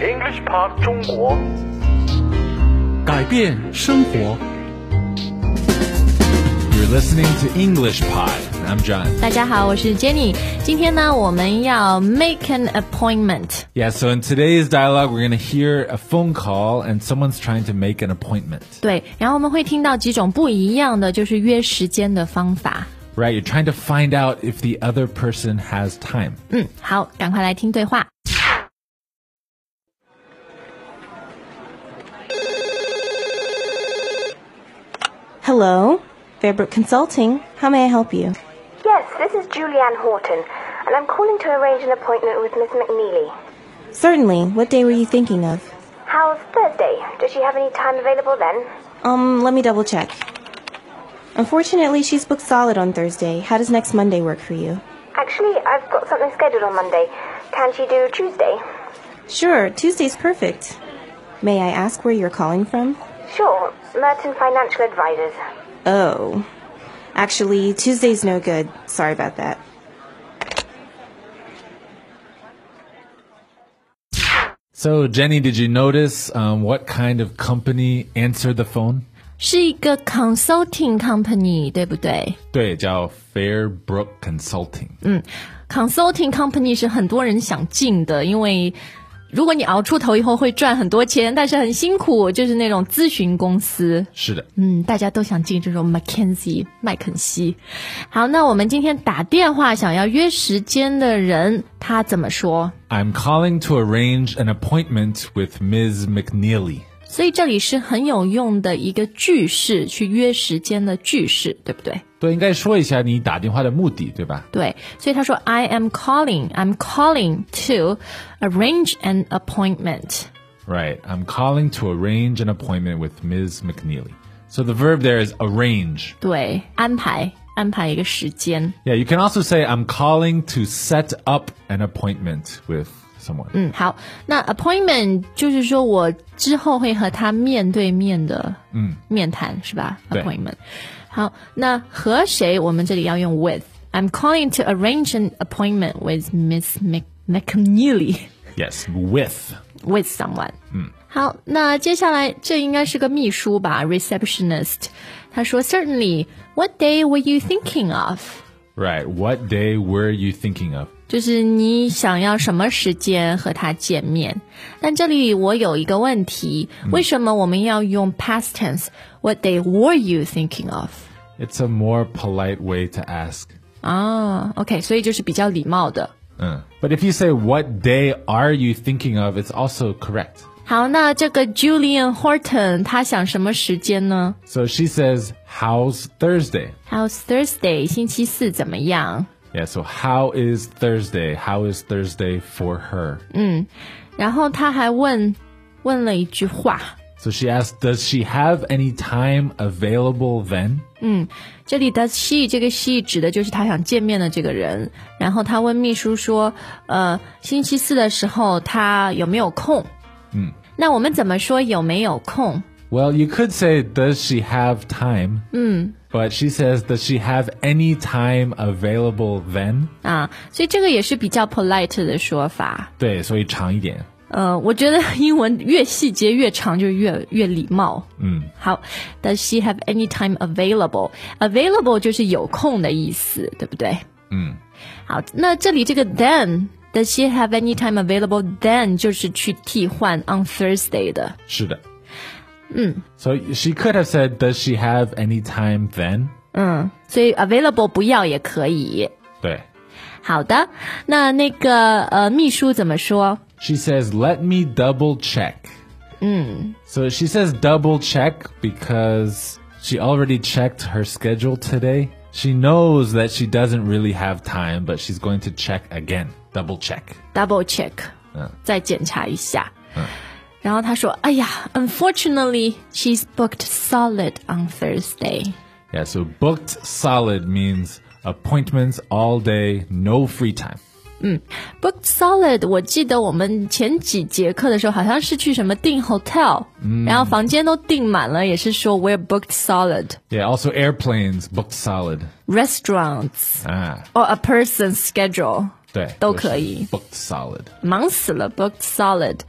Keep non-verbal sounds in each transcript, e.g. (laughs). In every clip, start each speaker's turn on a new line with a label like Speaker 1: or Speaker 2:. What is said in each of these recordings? Speaker 1: English Park 中国，
Speaker 2: 改变生活。
Speaker 3: You're listening to English Pod. I'm John.
Speaker 4: 大家好，我是 Jenny。今天呢，我们要 make an appointment。
Speaker 3: Yeah, so in today's dialogue, we're going to hear a phone call and someone's trying to make an appointment.
Speaker 4: 对，然后我们会听到几种不一样的，就是约时间的方法。
Speaker 3: Right? You're trying to find out if the other person has time.
Speaker 4: 嗯，好，赶快来听对话。
Speaker 5: Hello, Fairbrook Consulting. How may I help you?
Speaker 6: Yes, this is Julianne Horton, and I'm calling to arrange an appointment with Miss McNeely.
Speaker 5: Certainly. What day were you thinking of?
Speaker 6: How's Thursday? Does she have any time available then?
Speaker 5: Um, let me double check. Unfortunately, she's booked solid on Thursday. How does next Monday work for you?
Speaker 6: Actually, I've got something scheduled on Monday. Can she do Tuesday?
Speaker 5: Sure, Tuesday's perfect. May I ask where you're calling from?
Speaker 6: Sure, Merton Financial Advisors.
Speaker 5: Oh. Actually, Tuesday's no good. Sorry about that.
Speaker 3: So, Jenny, did you notice um, what kind of company answered the phone?
Speaker 4: 是一个 consulting company，对不对
Speaker 3: 对，叫 Fairbrook Consulting.
Speaker 4: ？consulting company 是很多人想进的，因为如果你熬出头以后会赚很多钱，但是很辛苦，就是那种咨询公司。
Speaker 3: 是的。
Speaker 4: 嗯，大家都想进这种 McKenzie 麦肯锡。好，那我们今天打电话想要约时间的人，他怎么说？
Speaker 3: I'm calling to arrange an appointment with Ms. McNeely.
Speaker 4: 所以这里是很有用的一个句式，去约时间的句式，对不对？
Speaker 3: 对，应该说一下你打电话的目的，对吧？
Speaker 4: 对，所以他说 I am calling, I'm calling to arrange an appointment。
Speaker 3: Right. I'm calling to arrange an appointment with Ms. McNeely. So the verb there is arrange.
Speaker 4: 对，安排安排一个时间。
Speaker 3: Yeah, you can also say I'm calling to set up an appointment with someone.
Speaker 4: 嗯，好，那 appointment 就是说我之后会和他面对面的嗯面谈是吧
Speaker 3: 对
Speaker 4: ？appointment。好，那和谁？我们这里要用 with。I'm calling to arrange an appointment with Miss Mc McNeely。 (laughs)
Speaker 3: Yes, with.
Speaker 4: with someone。嗯，好，那接下来这应该是个秘书吧，receptionist。他说，Certainly, what day were you thinking of？
Speaker 3: Right. What day were you thinking of?
Speaker 4: 就是你想要什么时间和他见面？但这里我有一个问题，为什么我们要用 past tense？What day were you thinking of？
Speaker 3: It's a more polite way to ask.
Speaker 4: 啊，OK，所以就是比较礼貌的。
Speaker 3: Uh, But if you say what day are you thinking of, it's also correct.
Speaker 4: 好，那这个 Julian Horton 他想什么时间呢
Speaker 3: So she says, "How's Thursday?"
Speaker 4: ？How's Thursday？星期四怎么样？
Speaker 3: Yeah, so how is Thursday? How is Thursday for her?
Speaker 4: 然后他还问问了一句话，
Speaker 3: So she asked, Does she have any time available then?
Speaker 4: 这里的 she 这个 she 指的就是他想见面的这个人。然后他问秘书说，呃，星期四的时候他有没有空？
Speaker 3: 嗯，
Speaker 4: 那我们怎么说有没有空？
Speaker 3: Well, you could say, Does she have time? But she says, Does she have any time available then?
Speaker 4: 啊，所以这个也是比较 polite 的说法。
Speaker 3: 对，所以长一点。
Speaker 4: 呃，我觉得英文越细节越长就越越礼貌。嗯，好，Does she have any time available? Available 就是有空的意思，对不对？
Speaker 3: 嗯，
Speaker 4: 好，那这里这个 then Does she have any time available? Then 就是去替换 on Thursday 的。
Speaker 3: 是的。So she could have said, Does she have any time then?
Speaker 4: 嗯，所以 available 不要也可以。
Speaker 3: 对。
Speaker 4: 好的，那那个呃，秘书怎么说？
Speaker 3: She says, Let me double check. So she says double check because she already checked her schedule today. She knows that she doesn't really have time, but she's going to check again. Double check.
Speaker 4: double check，
Speaker 3: 嗯
Speaker 4: 再检查一下。然后他说：“哎呀，unfortunately she's booked solid on Thursday。
Speaker 3: Yeah, so booked solid means appointments all day, no free time.
Speaker 4: booked solid，我记得我们前几节课的时候好像是去什么订 hotel，、然
Speaker 3: 嗯
Speaker 4: 后房间都订满了，也是说 we're booked solid。
Speaker 3: Yeah, also airplanes booked solid.
Speaker 4: Restaurants
Speaker 3: Ah,
Speaker 4: or a person's schedule
Speaker 3: 对，
Speaker 4: 都
Speaker 3: 我是
Speaker 4: 可以
Speaker 3: Booked solid.
Speaker 4: 忙死了，booked solid。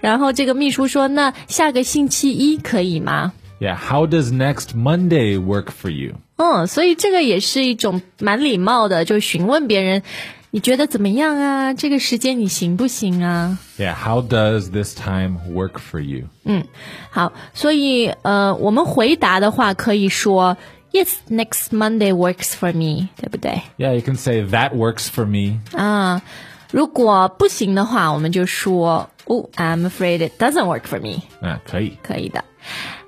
Speaker 4: 然后这个秘书说：“那下个星期一可以吗
Speaker 3: Yeah. How does next Monday work for you?？”
Speaker 4: 嗯，所以这个也是一种蛮礼貌的，就询问别人你觉得怎么样啊？这个时间你行不行啊？
Speaker 3: Yeah. How does this time work for you?
Speaker 4: 好，所以呃，我们回答的话可以说 “Yes, next Monday works for me”，对不对？
Speaker 3: Yeah. You can say that works for me.
Speaker 4: 啊，如果不行的话，我们就说 “Oh, I'm afraid it doesn't work for me”，
Speaker 3: Ah, 可以。
Speaker 4: 可以的。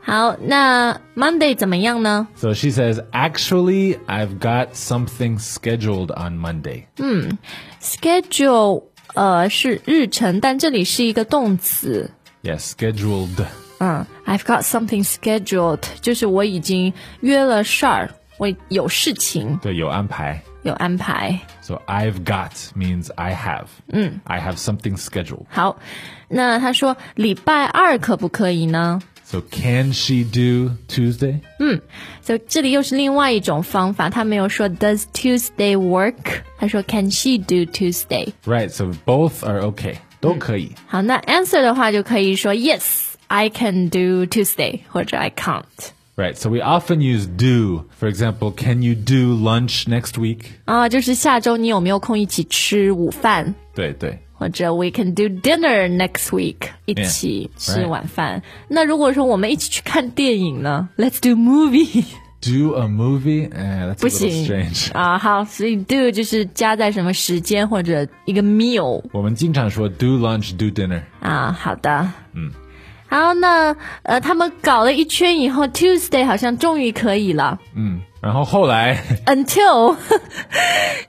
Speaker 4: 好，那 Monday 怎么样呢？
Speaker 3: So she says, actually, I've got something scheduled on Monday.
Speaker 4: schedule 呃是日程，但这里是一个动词。
Speaker 3: Yeah, scheduled.
Speaker 4: 嗯，I've got something scheduled，就是我已经约了事儿，我有事情，
Speaker 3: 对，有安排。
Speaker 4: 有安排。
Speaker 3: So I've got means I have. I have something scheduled.
Speaker 4: 好，那他说礼拜二可不可以呢？
Speaker 3: So can she do Tuesday?
Speaker 4: 所以这里又是另外一种方法，他没有说 Does Tuesday work？他说 Can she do Tuesday？
Speaker 3: Right, so both are okay. 都可以。
Speaker 4: 好，那 answer 的话就可以说 Yes。I can do Tuesday，或者 I can't。
Speaker 3: Right, so we often use do. For example, can you do lunch next week?
Speaker 4: 啊，就是下周你有没有空一起吃午饭？
Speaker 3: 对对。
Speaker 4: 或者 we can do dinner next week，一起吃晚饭。那如果说我们一起去看电影呢？Let's do movie，
Speaker 3: Do a movie? Eh, that's
Speaker 4: 不
Speaker 3: a little
Speaker 4: 行
Speaker 3: strange.
Speaker 4: 啊。好，所以 do 就是加在什么时间或者一个 meal
Speaker 3: 我们经常说 do lunch, do dinner.
Speaker 4: 啊。好的，嗯。好，那呃，他们搞了一圈以后，Tuesday 好像终于可以了。
Speaker 3: 然后后来 (laughs)
Speaker 4: Until (laughs)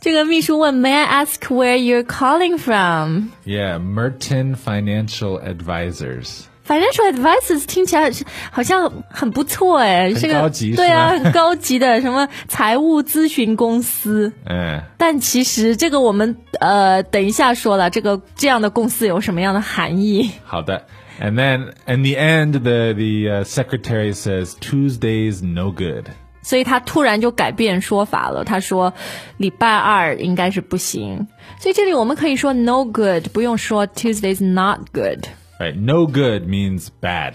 Speaker 4: 这个秘书问，May I ask where you're calling from？
Speaker 3: Yeah, Merton Financial Advisors.
Speaker 4: Financial advices 听起来好像很不错哎，这个
Speaker 3: 高级
Speaker 4: 对啊，
Speaker 3: 是吗
Speaker 4: 很高级的什么财务咨询公司。
Speaker 3: Eh,
Speaker 4: 但其实这个我们呃等一下说了，这个这样的公司有什么样的含义？
Speaker 3: 好的. And then in the end, the the uh, secretary says Tuesday's no good.
Speaker 4: 所以他突然就改变说法了，他说礼拜二应该是不行。所以这里我们可以说 no good，不用说 Tuesday's not good，
Speaker 3: Right, no good means bad.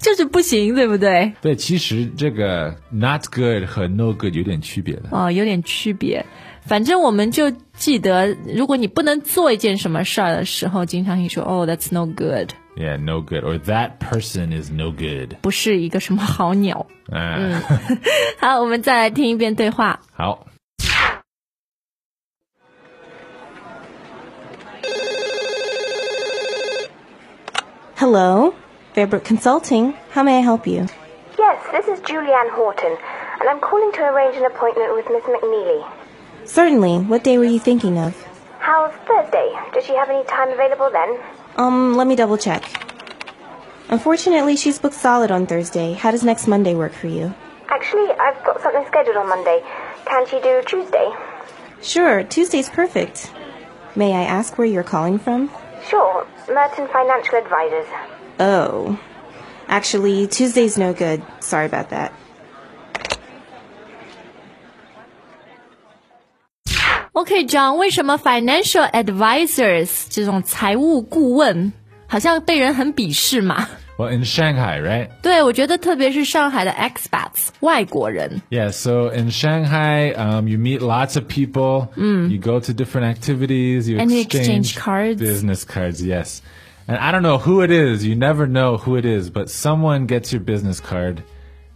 Speaker 4: 就是不行，对不对？
Speaker 3: 对，其实这个 not good 和 no good 有点区别的。
Speaker 4: 哦，有点区别。反正我们就记得，如果你不能做一件什么事儿的时候，经常会说“哦、t h a t s no good”，
Speaker 3: Yeah, no good. Or that person is no good.
Speaker 4: 不是一个什么好鸟。
Speaker 3: Ah,
Speaker 4: 好，我们再来听一遍对话。
Speaker 3: (laughs) 好。
Speaker 5: Hello, Fairbrook Consulting. How may I help you?
Speaker 6: Yes, this is Julianne Horton, and I'm calling to arrange an appointment with Miss McNeely.
Speaker 5: Certainly. What day were you thinking of?
Speaker 6: How's Thursday? Does she have any time available then?
Speaker 5: Um, let me double check. Unfortunately, she's booked solid on Thursday. How does next Monday work for you?
Speaker 6: Actually, I've got something scheduled on Monday. Can she do Tuesday?
Speaker 5: Sure, Tuesday's perfect. May I ask where you're calling from?
Speaker 6: Sure, Merton Financial Advisors.
Speaker 5: Oh. Actually, Tuesday's no good. Sorry about that.
Speaker 4: OK，John，、为什么 financial advisors 这种财务顾问好像被人很鄙视嘛？
Speaker 3: Well, in Shanghai, right?
Speaker 4: 对，我觉得特别是上海的 expats 外国人，
Speaker 3: Yeah, so in Shanghai, um, you meet lots of people. You go to different activities. You
Speaker 4: Mm. And you
Speaker 3: exchange,
Speaker 4: exchange cards.
Speaker 3: Business cards, yes. And I don't know who it is. You never know who it is, but someone gets your business card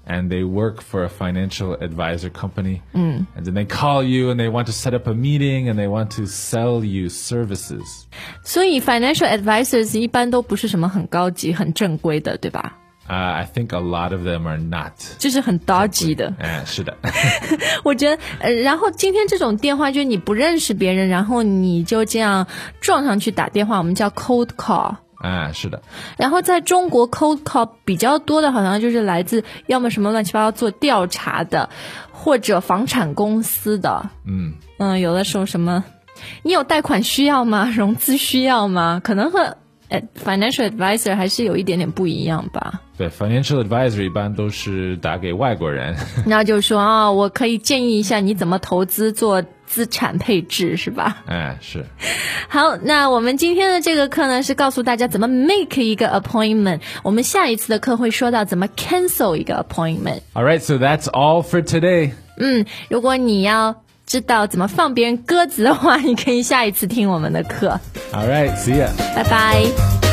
Speaker 3: and they work for a financial advisor company.
Speaker 4: Mm.
Speaker 3: And then they call you and they want to set up a meeting and they want to sell you services.
Speaker 4: 所以 financial advisors 一般都不是什么很高级、很正规的，对吧？
Speaker 3: Uh, I think a lot of them are not.
Speaker 4: 就是很 dodgy 的。
Speaker 3: Eh, 是的。
Speaker 4: 我觉得，呃，然后今天这种电话就是你不认识别人，然后你就这样撞上去打电话，我们叫 cold call。
Speaker 3: (laughs) Ah, 是的。
Speaker 4: 然后在中国 cold call 比较多的，好像就是来自要么什么乱七八糟做调查的，或者房产公司的。嗯嗯，有的时候什么，你有贷款需要吗？融资需要吗？可能和呃 financial advisor 还是有一点点不一样吧。
Speaker 3: 对，financial advisor 一般都是打给外国人。
Speaker 4: 然后就说啊、我可以建议一下你怎么投资做资产配置，是吧？
Speaker 3: 哎，是
Speaker 4: 好，那我们今天的这个课呢，是告诉大家怎么 make 一个 appointment。我们下一次的课会说到怎么 cancel 一个 appointment。
Speaker 3: all right. So that's all for today.
Speaker 4: 嗯，如果你要知道怎么放别人鸽子的话，你可以下一次听我们的课。
Speaker 3: All right, see ya.
Speaker 4: 拜拜。